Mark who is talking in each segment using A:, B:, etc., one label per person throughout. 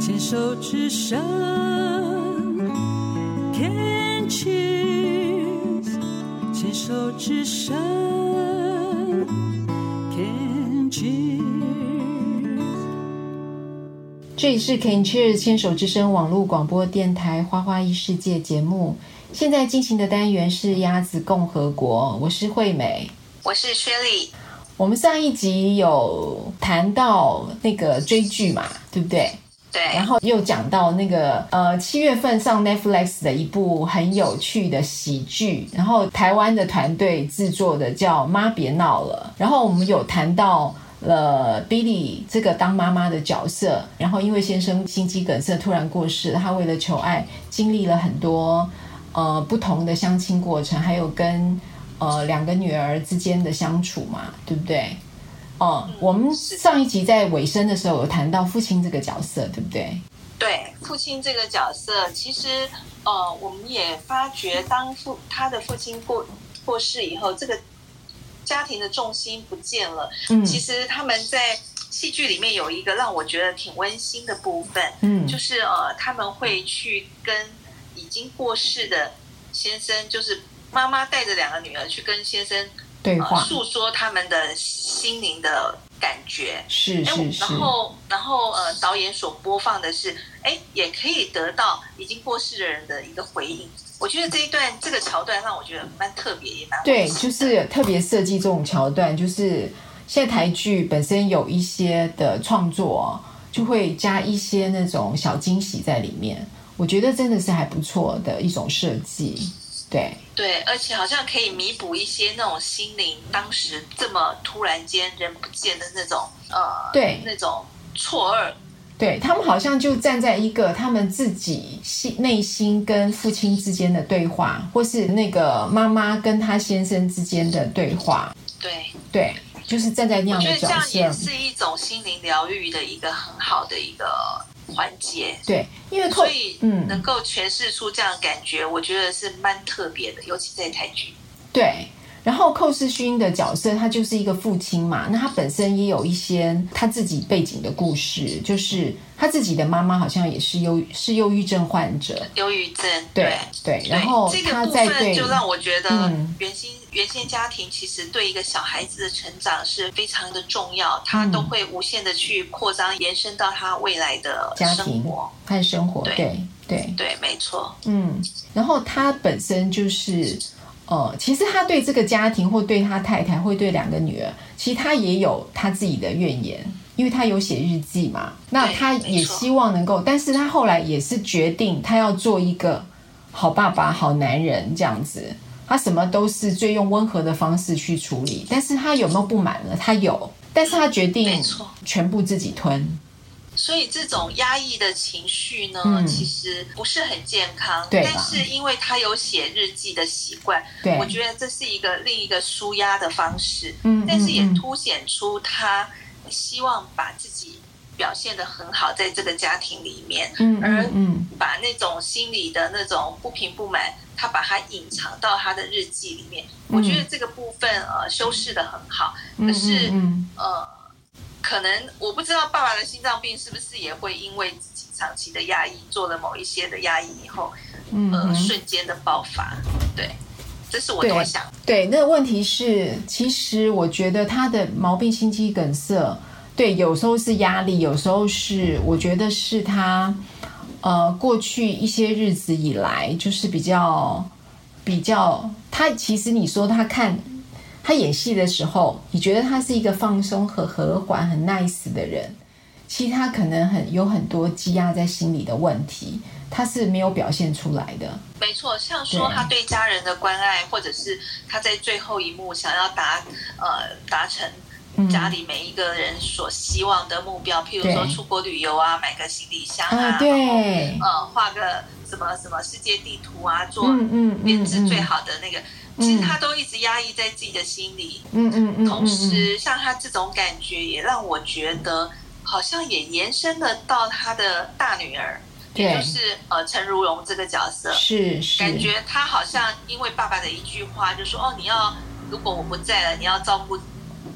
A: 牵手之声，Can cheers，牵手之声，Can cheers。
B: 这里是 Can Cheers 牵手之声网络广播电台《花花异世界》节目，现在进行的单元是鸭子共和国，我是惠美。
C: 我是薛丽，
B: 我们上一集有谈到那个追剧嘛，对不对？
C: 对，
B: 然后又讲到那个呃七月份上 Netflix 的一部很有趣的喜剧，然后台湾的团队制作的叫《妈别闹了》，然后我们有谈到。了 Billy 这个当妈妈的角色，然后因为先生心肌梗塞突然过世，她为了求爱经历了很多呃不同的相亲过程，还有跟呃两个女儿之间的相处嘛，对不对？哦、我们上一集在尾声的时候有谈到父亲这个角色，对不对？
C: 对，父亲这个角色，其实呃，我们也发觉，当父他的父亲过过世以后，这个家庭的重心不见了。
B: 嗯
C: 其实他们在戏剧里面有一个让我觉得挺温馨的部分，
B: 嗯
C: 就是呃，他们会去跟已经过世的先生，就是妈妈带着两个女儿去跟先生
B: 对
C: 呃
B: 话
C: 诉说他们的心灵的感觉。
B: 是
C: 哎，
B: 是是
C: 然，后然后呃，导演所播放的是，哎，也可以得到已经过世的人的一个回应。我觉得这一段这个桥段让我觉得蛮特别，也蛮温
B: 对，
C: 馨的
B: 就是特别设计这种桥段，就是现在台剧本身有一些的创作，就会加一些那种小惊喜在里面。我觉得真的是还不错的一种设计，对，
C: 对，而且好像可以弥补一些那种心灵当时这么突然间人不见的那种呃，
B: 对
C: 那种错愕。
B: 对他们好像就站在一个他们自己心内心跟父亲之间的对话，或是那个妈妈跟她先生之间的对话，
C: 对，
B: 对，就是站在那样
C: 我觉
B: 的
C: 得这
B: 角
C: 样也
B: 色。
C: 是一种心灵疗愈的一个很好的一个环节。
B: 对，因为透
C: 所以
B: 嗯
C: 能够诠释出这样的感觉，我觉得是蛮特别的，尤其在台剧。
B: 对。然后寇世勋的角色，他就是一个父亲嘛，那他本身也有一些他自己背景的故事，就是他自己的妈妈好像也是忧是忧郁症患者，
C: 忧郁症，
B: 对对，然后
C: 这个
B: 他
C: 部
B: 在
C: 分
B: 对
C: 就让我觉得
B: 嗯
C: 原先、原先家庭其实对一个小孩子的成长是非常的重要，他都会无限的去扩张延伸到他未来的
B: 家
C: 生
B: 庭
C: 活。
B: 和生活，
C: 对
B: 对对，
C: 对，没错，
B: 嗯，然后他本身就是，呃，其实他对这个家庭，或对他太太，或对两个女儿，其实他也有他自己的怨言，因为他有写日记嘛。那
C: 对
B: 他也
C: 没错
B: 希望能够，但是他后来也是决定，他要做一个好爸爸、好男人这样子。他什么都是最用温和的方式去处理，但是他有没有不满呢？他有，但是他决定
C: 没错
B: 全部自己吞。
C: 所以这种压抑的情绪呢，
B: 嗯
C: 其实不是很健康。
B: 对吧
C: 但是因为他有写日记的习惯，
B: 对
C: 我觉得这是一个另一个舒压的方式。
B: 嗯
C: 但是也
B: 嗯嗯
C: 凸显出他希望把自己表现得很好，在这个家庭里面，
B: 嗯
C: 而
B: 嗯嗯，
C: 把那种心里的那种不平不满，他把它隐藏到他的日记里面。
B: 嗯
C: 我觉得这个部分呃修饰的很好，
B: 嗯
C: 可是
B: 嗯嗯
C: 呃，可能我不知道爸爸的心脏病是不是也会因为自己长期的压抑，做了某一些的压抑以后，
B: 嗯
C: 呃，
B: 嗯
C: 瞬间的爆发。对，这是我
B: 对
C: 多想。
B: 对，那问题是，其实我觉得他的毛病心肌梗塞，对，有时候是压力，有时候是我觉得是他呃过去一些日子以来就是比较比较，他其实你说他看他演戏的时候，你觉得他是一个放松和和缓、很 nice 的人，其实他可能很有很多积压在心里的问题，他是没有表现出来的。
C: 没错，像说
B: 对
C: 他对家人的关爱，或者是他在最后一幕想要达呃达成
B: 嗯
C: 家里每一个人所希望的目标，譬如说
B: 对
C: 出国旅游啊，买个行李箱
B: 啊，
C: 然后
B: 对，
C: 呃，画个什么什么世界地图啊，做
B: 嗯嗯嗯
C: 编制
B: 嗯
C: 最好的那个，其实他都一直压抑在自己的心里。
B: 嗯嗯嗯，
C: 同时，像他这种感觉，也让我觉得好像也延伸了到他的大女儿，也
B: 对
C: 就是呃陈如蓉这个角色。
B: 是是，
C: 感觉他好像因为爸爸的一句话，就说哦，你要如果我不在了，你要照顾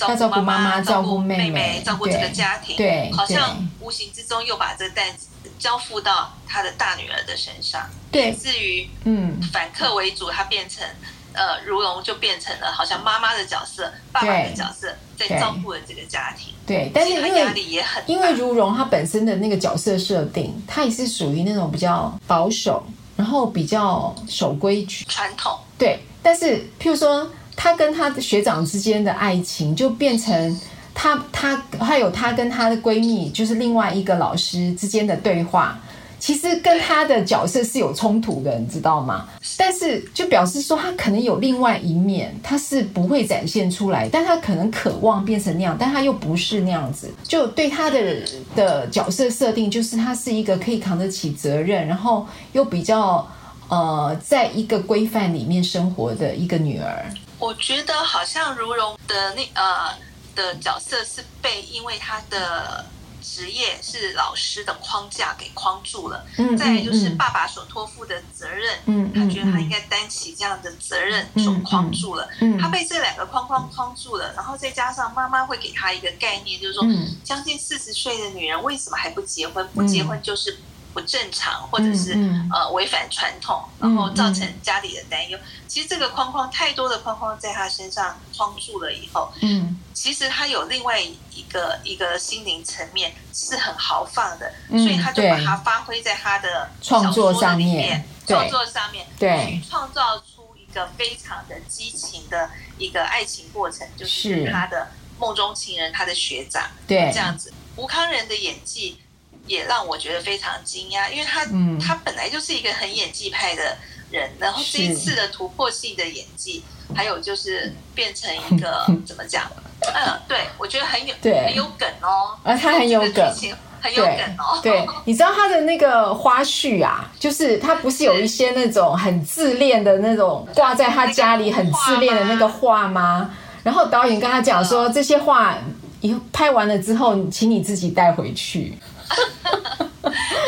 B: 要照顾妈
C: 妈
B: 妈照
C: 照
B: 顾
C: 妹
B: 妹妹
C: 照顾这个
B: 对
C: 家庭，
B: 对
C: 好像
B: 对
C: 无形之中又把这担子交付到他的大女儿的身上，
B: 对
C: 以至于
B: 嗯，
C: 反客为主，他变成呃如龙就变成了好像妈妈的角色、爸爸的角色，在
B: 对
C: 照顾了这个家庭，
B: 对，但是
C: 其实他
B: 因
C: 压
B: 为
C: 力也很大，
B: 因为如蓉她本身的那个角色设定，她也是属于那种比较保守，然后比较守规矩，
C: 传统
B: 对，但是譬如说，他跟他的学长之间的爱情就变成他他还有他跟他的闺蜜，就是另外一个老师之间的对话，其实跟他的角色是有冲突的，你知道吗？但是就表示说他可能有另外一面，他是不会展现出来，但他可能渴望变成那样，但他又不是那样子。就对他的的角色设定，就是他是一个可以扛得起责任，然后又比较呃，在一个规范里面生活的一个女儿。
C: 我觉得好像如蓉的那呃的角色是被因为她的职业是老师的框架给框住了，
B: 嗯
C: 再来就是
B: 嗯嗯
C: 爸爸所托付的责任，
B: 嗯
C: 他
B: 嗯
C: 觉得他应
B: 嗯
C: 该担起这样的责任
B: 嗯
C: 所
B: 嗯
C: 框住了，
B: 嗯
C: 他被这两个框框框住了，然后再加上妈妈会给他一个概念，就是说
B: 嗯
C: 将近四十岁的女人为什么还不结婚？不
B: 嗯
C: 结婚就是不正常，或者是
B: 嗯嗯
C: 呃违反传统，然后造成家里的担忧。其实这个框框太多的框框在她身上框住了以后，
B: 嗯
C: 其实她有另外一个一个心灵层面是很豪放的，
B: 嗯
C: 所以她就把
B: 对
C: 它发挥在她的
B: 创作上面对
C: 小说的里面创作上面
B: 对
C: 去创造出一个非常的激情的一个爱情过程，就是
B: 是
C: 她的梦中情人，她的学长。
B: 对
C: 这，样子。吴康仁的演技也让我觉得非常惊讶，因为他、
B: 嗯
C: 他本来就是一个很演技派的人，然后
B: 是
C: 这一次的突破性的演技，还有就是变成一 个怎么讲？嗯，对，我觉得很有
B: 对
C: 很有梗哦，
B: 啊他很有梗
C: 这个剧情很有
B: 对
C: 梗哦，
B: 对，你知道他的那个花絮啊，就是他不是有一些那种很自恋的那种挂在他家里很自恋的那个画吗？然后导演跟他讲
C: 嗯
B: 说，这些画以后拍完了之后，请你自己带回去。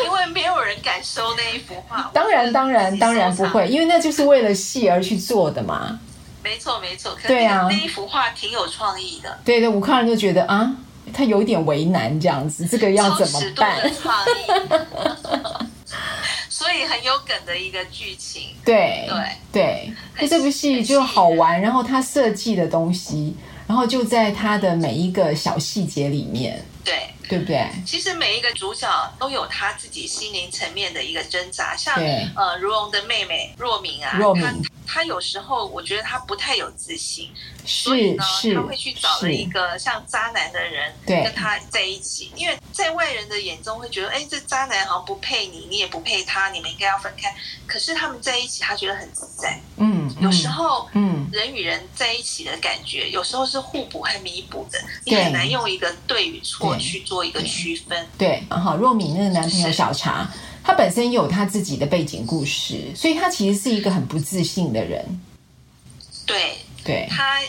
C: 因为没有人敢收那一幅画，
B: 当然，当然，当然不
C: 我自己收藏
B: 会，因为那就是为了戏而去做的嘛。
C: 没错没错，可是
B: 对啊
C: 那一幅画挺有创意的，
B: 对对，武康人就觉得啊，他有点为难这样子，这个要
C: 超
B: 怎么
C: 尺度
B: 办？
C: 的创 意，所以很有梗的一个剧情。
B: 对对，
C: 很
B: 就这部戏
C: 很
B: 就
C: 吸
B: 好
C: 引
B: 玩，然后他设计的东西，然后就在他的每一个小细节里面，
C: 对，
B: 对不对？
C: 其实每一个主角都有他自己心灵层面的一个挣扎，像
B: 对
C: 呃如蓉的妹妹若明啊，
B: 若明
C: 她她有时候我觉得她不太有自信，所
B: 是
C: 以呢，
B: 是
C: 她会去找了一
B: 是，
C: 个像渣男的人
B: 对
C: 跟她在一起，因为在外人的眼中会觉得，哎，这渣男好像不配你，你也不配他，你们应该要分开。可是他们在一起，她觉得很自在，
B: 嗯，
C: 有
B: 嗯
C: 时候。
B: 嗯，
C: 人与人在一起的感觉，有时候是互补和弥补的，你
B: 对
C: 很难用一个对与错
B: 对
C: 去做一个区分。
B: 对，好，若敏那个男朋友
C: 是
B: 小茶，他本身也有他自己的背景故事，所以他其实是一个很不自信的人，
C: 对
B: 对，
C: 他，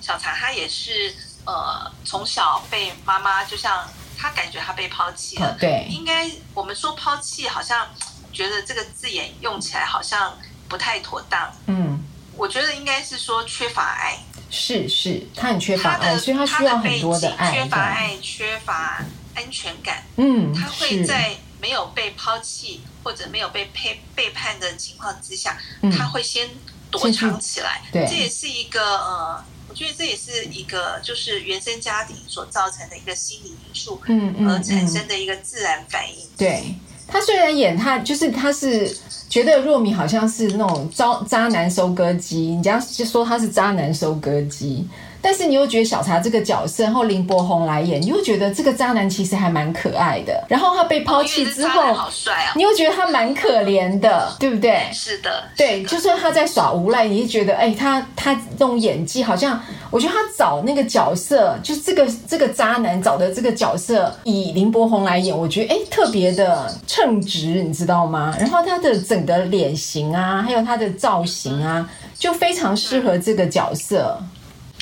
C: 小茶他也是呃，从小被妈妈，就像他感觉他被抛弃了
B: 嗯，对，
C: 应该我们说抛弃，好像觉得这个字眼用起来好像不太妥当。
B: 嗯，
C: 我觉得应该是说缺乏爱，
B: 是是，他很缺乏
C: 他
B: 爱，
C: 的
B: 所以他需
C: 他
B: 要
C: 的
B: 很
C: 背
B: 多
C: 景
B: 的爱，
C: 缺乏
B: 对，
C: 爱，缺乏安全感。
B: 嗯，
C: 他会
B: 是，
C: 在没有被抛弃或者没有被背背叛的情况之下，
B: 嗯
C: 他会先躲藏起来。
B: 对
C: 这也是一个呃，我觉得这也是一个就是原生家庭所造成的一个心理因素
B: 嗯嗯
C: 而
B: 嗯，
C: 产生的一个自然反应。
B: 对他虽然演他就是他是觉得若米好像是那种渣渣男收割机，人家就说他是渣男收割机，但是你又觉得小茶这个角色，然后林柏宏来演，你又觉得这个渣男其实还蛮可爱的。然后他被抛弃
C: 因为这
B: 之
C: 渣
B: 后，
C: 男好帅啊！
B: 你又觉得他蛮可怜的，对不对？
C: 是的，
B: 对，
C: 是的
B: 就算他在耍无赖，你就觉得，哎、他他这种演技好像，我觉得他找那个角色，就是这个这个渣男找的这个角色，以林柏宏来演，我觉得哎、特别的称职，你知道吗？然后他的整个脸型啊，还有他的造型啊，就非常适合这个角色。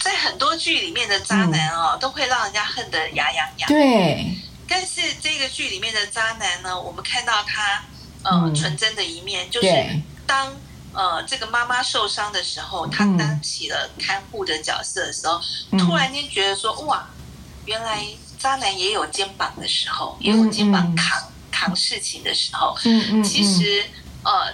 C: 在很多剧里面的渣男
B: 嗯
C: 哦，都会让人家恨得牙痒痒。
B: 对，
C: 但是这个剧里面的渣男呢，我们看到他呃、
B: 嗯
C: 纯真的一面，就是
B: 对
C: 当呃这个妈妈受伤的时候，他
B: 嗯
C: 担起了看护的角色的时候，
B: 嗯
C: 突然间觉得说哇，原来渣男也有肩膀的时候，也有肩膀扛。扛扛事情的时候，
B: 嗯嗯，
C: 其实呃，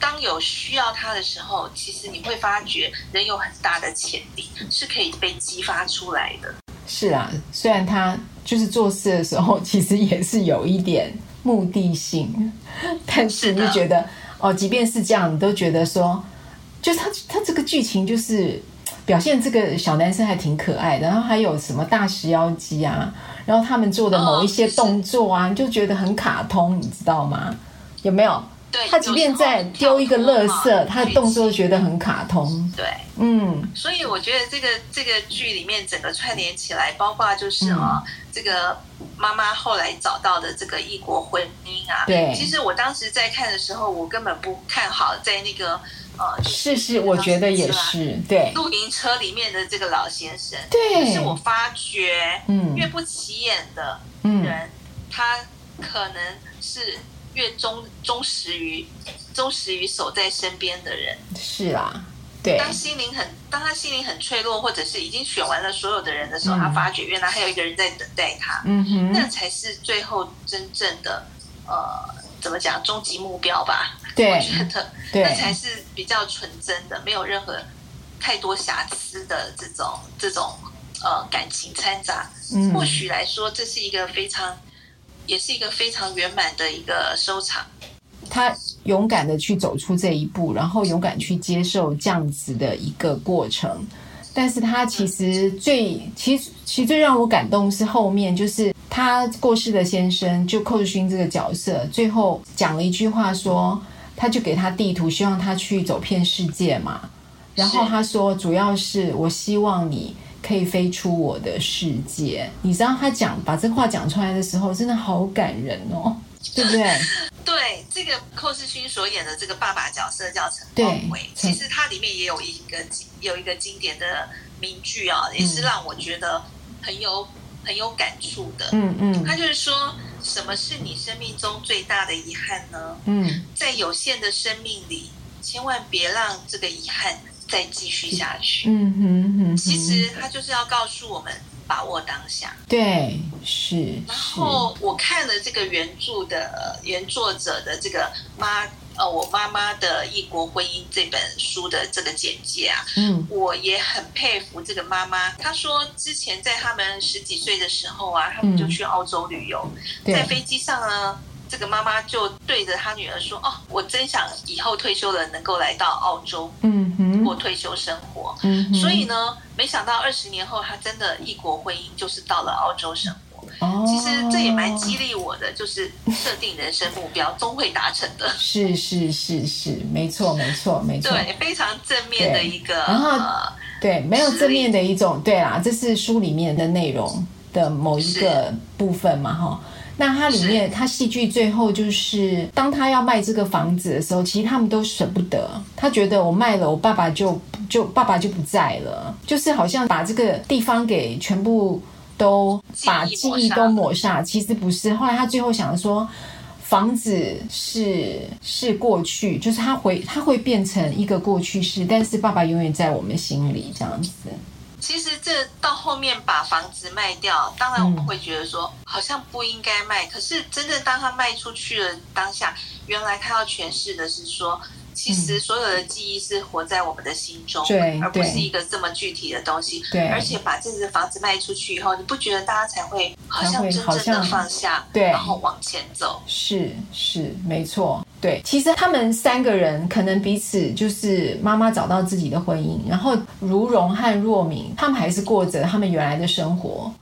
C: 当有需要它的时候，其实你会发觉人有很大的潜力，是可以被激发出来的。
B: 是啊，虽然他就是做事的时候，其实也是有一点目的性， 但是
C: 是
B: 你
C: 的
B: 就觉得哦，即便是这样，你都觉得说，就是他他这个剧情就是表现这个小男生还挺可爱的，然后还有什么大食妖姬啊，然后他们做的某一些
C: 哦是
B: 动作啊，你就觉得很卡通，你知道吗？有没有？
C: 对，
B: 他即便在丢一个垃圾，他的动作都
C: 是
B: 觉得很卡通。
C: 对。
B: 嗯，
C: 所以我觉得这个这个剧里面整个串联起来，包括
B: 嗯
C: 就是啊、这个妈妈后来找到的这个异国婚姻啊。
B: 对
C: 其实我当时在看的时候，我根本不看好在那个呃
B: 是是，我觉得也是，啊对
C: 啊露营车里面的这个老先生。可
B: 对
C: 是，我发觉，
B: 嗯
C: 越不起眼的
B: 嗯。
C: 人，他可能是越忠忠实于忠实于守在身边的人。
B: 是啦，对，
C: 当心灵很，当他心灵很脆弱，或者是已经选完了所有的人的时候，
B: 嗯
C: 他发觉原来还有一个人在等待他，
B: 嗯
C: 那
B: 哼，
C: 才是最后真正的呃，怎么讲，终极目标吧？我
B: 对
C: 觉得
B: 对
C: 那才是比较纯真的，没有任何太多瑕疵的这种这种呃感情掺杂。
B: 嗯
C: 或许来说，这是一个非常，也是一个非常圆满的一个收场。
B: 他勇敢的去走出这一步，然后勇敢去接受这样子的一个过程。但是他其实最，其实其实最让我感动是后面，就是他过世的先生，就寇世勋这个角色，最后讲了一句话说，他就给他地图，希望他去走遍世界嘛。然后
C: 是
B: 他说，主要是我希望你可以飞出我的世界。你知道他讲把这话讲出来的时候，真的好感人哦，对不对？
C: 对，这个寇世勋所演的这个爸爸角色叫陈
B: 对
C: 光伟，
B: 陈
C: 其实它里面也有一个经有一个经典的名句啊，
B: 嗯
C: 也是让我觉得很有很有感触的。
B: 嗯嗯
C: 他就是说，什么是你生命中最大的遗憾呢？
B: 嗯，
C: 在有限的生命里，千万别让这个遗憾再继续下去。
B: 嗯哼哼哼，
C: 其实他就是要告诉我们把握当下。
B: 对是
C: 然
B: 是，
C: 后我看了这个原著的原作者的这个妈呃我妈妈的异国婚姻这本书的这个简介啊，
B: 嗯
C: 我也很佩服这个妈妈。她说之前在他们十几岁的时候啊，他们就去澳洲旅游，在
B: 嗯对
C: 飞机上呢。这个妈妈就对着她女儿说：“哦，我真想以后退休了能够来到澳洲
B: 嗯
C: 过
B: 哼
C: 退休生活。
B: 嗯哼，
C: 所以呢，没想到二十年后，她真的异国婚姻就是到了澳洲生活。
B: 哦，
C: 其实这也蛮激励我的，就是设定人生目标终会达成的，
B: 哦是是是是，没错没错没错，
C: 对，非常正面的一个。
B: 对然后
C: 呃、
B: 对，没有
C: 是
B: 正面的一种，对啦，这是书里面的内容的某一个部分嘛，哈。那它里面，它戏剧最后就是，当他要卖这个房子的时候，其实他们都舍不得。他觉得我卖了，我爸爸就就爸爸就不在了，就是好像把这个地方给全部都把记
C: 记忆抹
B: 忆
C: 杀
B: 都抹杀。其实不是，后来他最后想说，房子是是过去，就是它回它会变成一个过去式，但是爸爸永远在我们心里这样子。
C: 其实这到后面把房子卖掉，当然我
B: 嗯
C: 们会觉得说、好像不应该卖，可是真正当他卖出去了当下，原来他要诠释的是说。其实所有的记忆是活在我们的心中，
B: 嗯对
C: 而不
B: 对
C: 是一个这么具体的东西。
B: 对
C: 而且把这个房子卖出去以后，你不觉得大家才会好像
B: 才会
C: 真
B: 好
C: 正的
B: 像
C: 放下，
B: 对
C: 然后往前走？
B: 是是，没错，对。其实他们三个人可能彼此就是妈妈找到自己的婚姻，然后如荣和若敏他们还是过着他们原来的生活，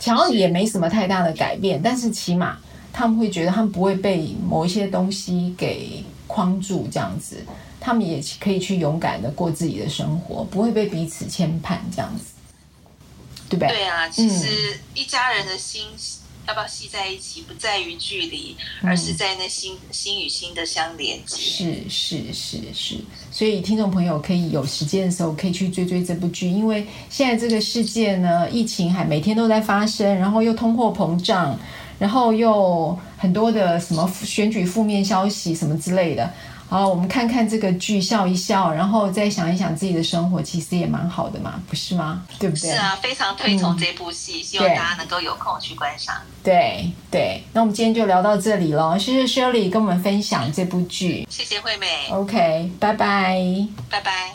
B: 好像也没什么太大的改变，但是起码他们会觉得他们不会被某一些东西给框住，这样子，他们也可以去勇敢的过自己的生活，不会被彼此牵绊，这样子，对不对？
C: 对啊，其实一家人的心要不要系在一起，不在于距离，
B: 嗯
C: 而是在那心心与心的相连接。
B: 是是是是，所以听众朋友可以有时间的时候可以去追追这部剧，因为现在这个世界呢，疫情还每天都在发生，然后又通货膨胀，然后又很多的什么负选举负面消息什么之类的，好，我们看看这个剧，笑一笑，然后再想一想自己的生活，其实也蛮好的嘛，不是吗？对不对？嗯
C: 是啊，非常推崇这部戏，希望
B: 对
C: 大家能够有空去观赏。
B: 对对。那我们今天就聊到这里喽，谢谢 Shirley 跟我们分享这部剧。
C: 谢谢惠美，
B: OK，拜拜。
C: 拜拜。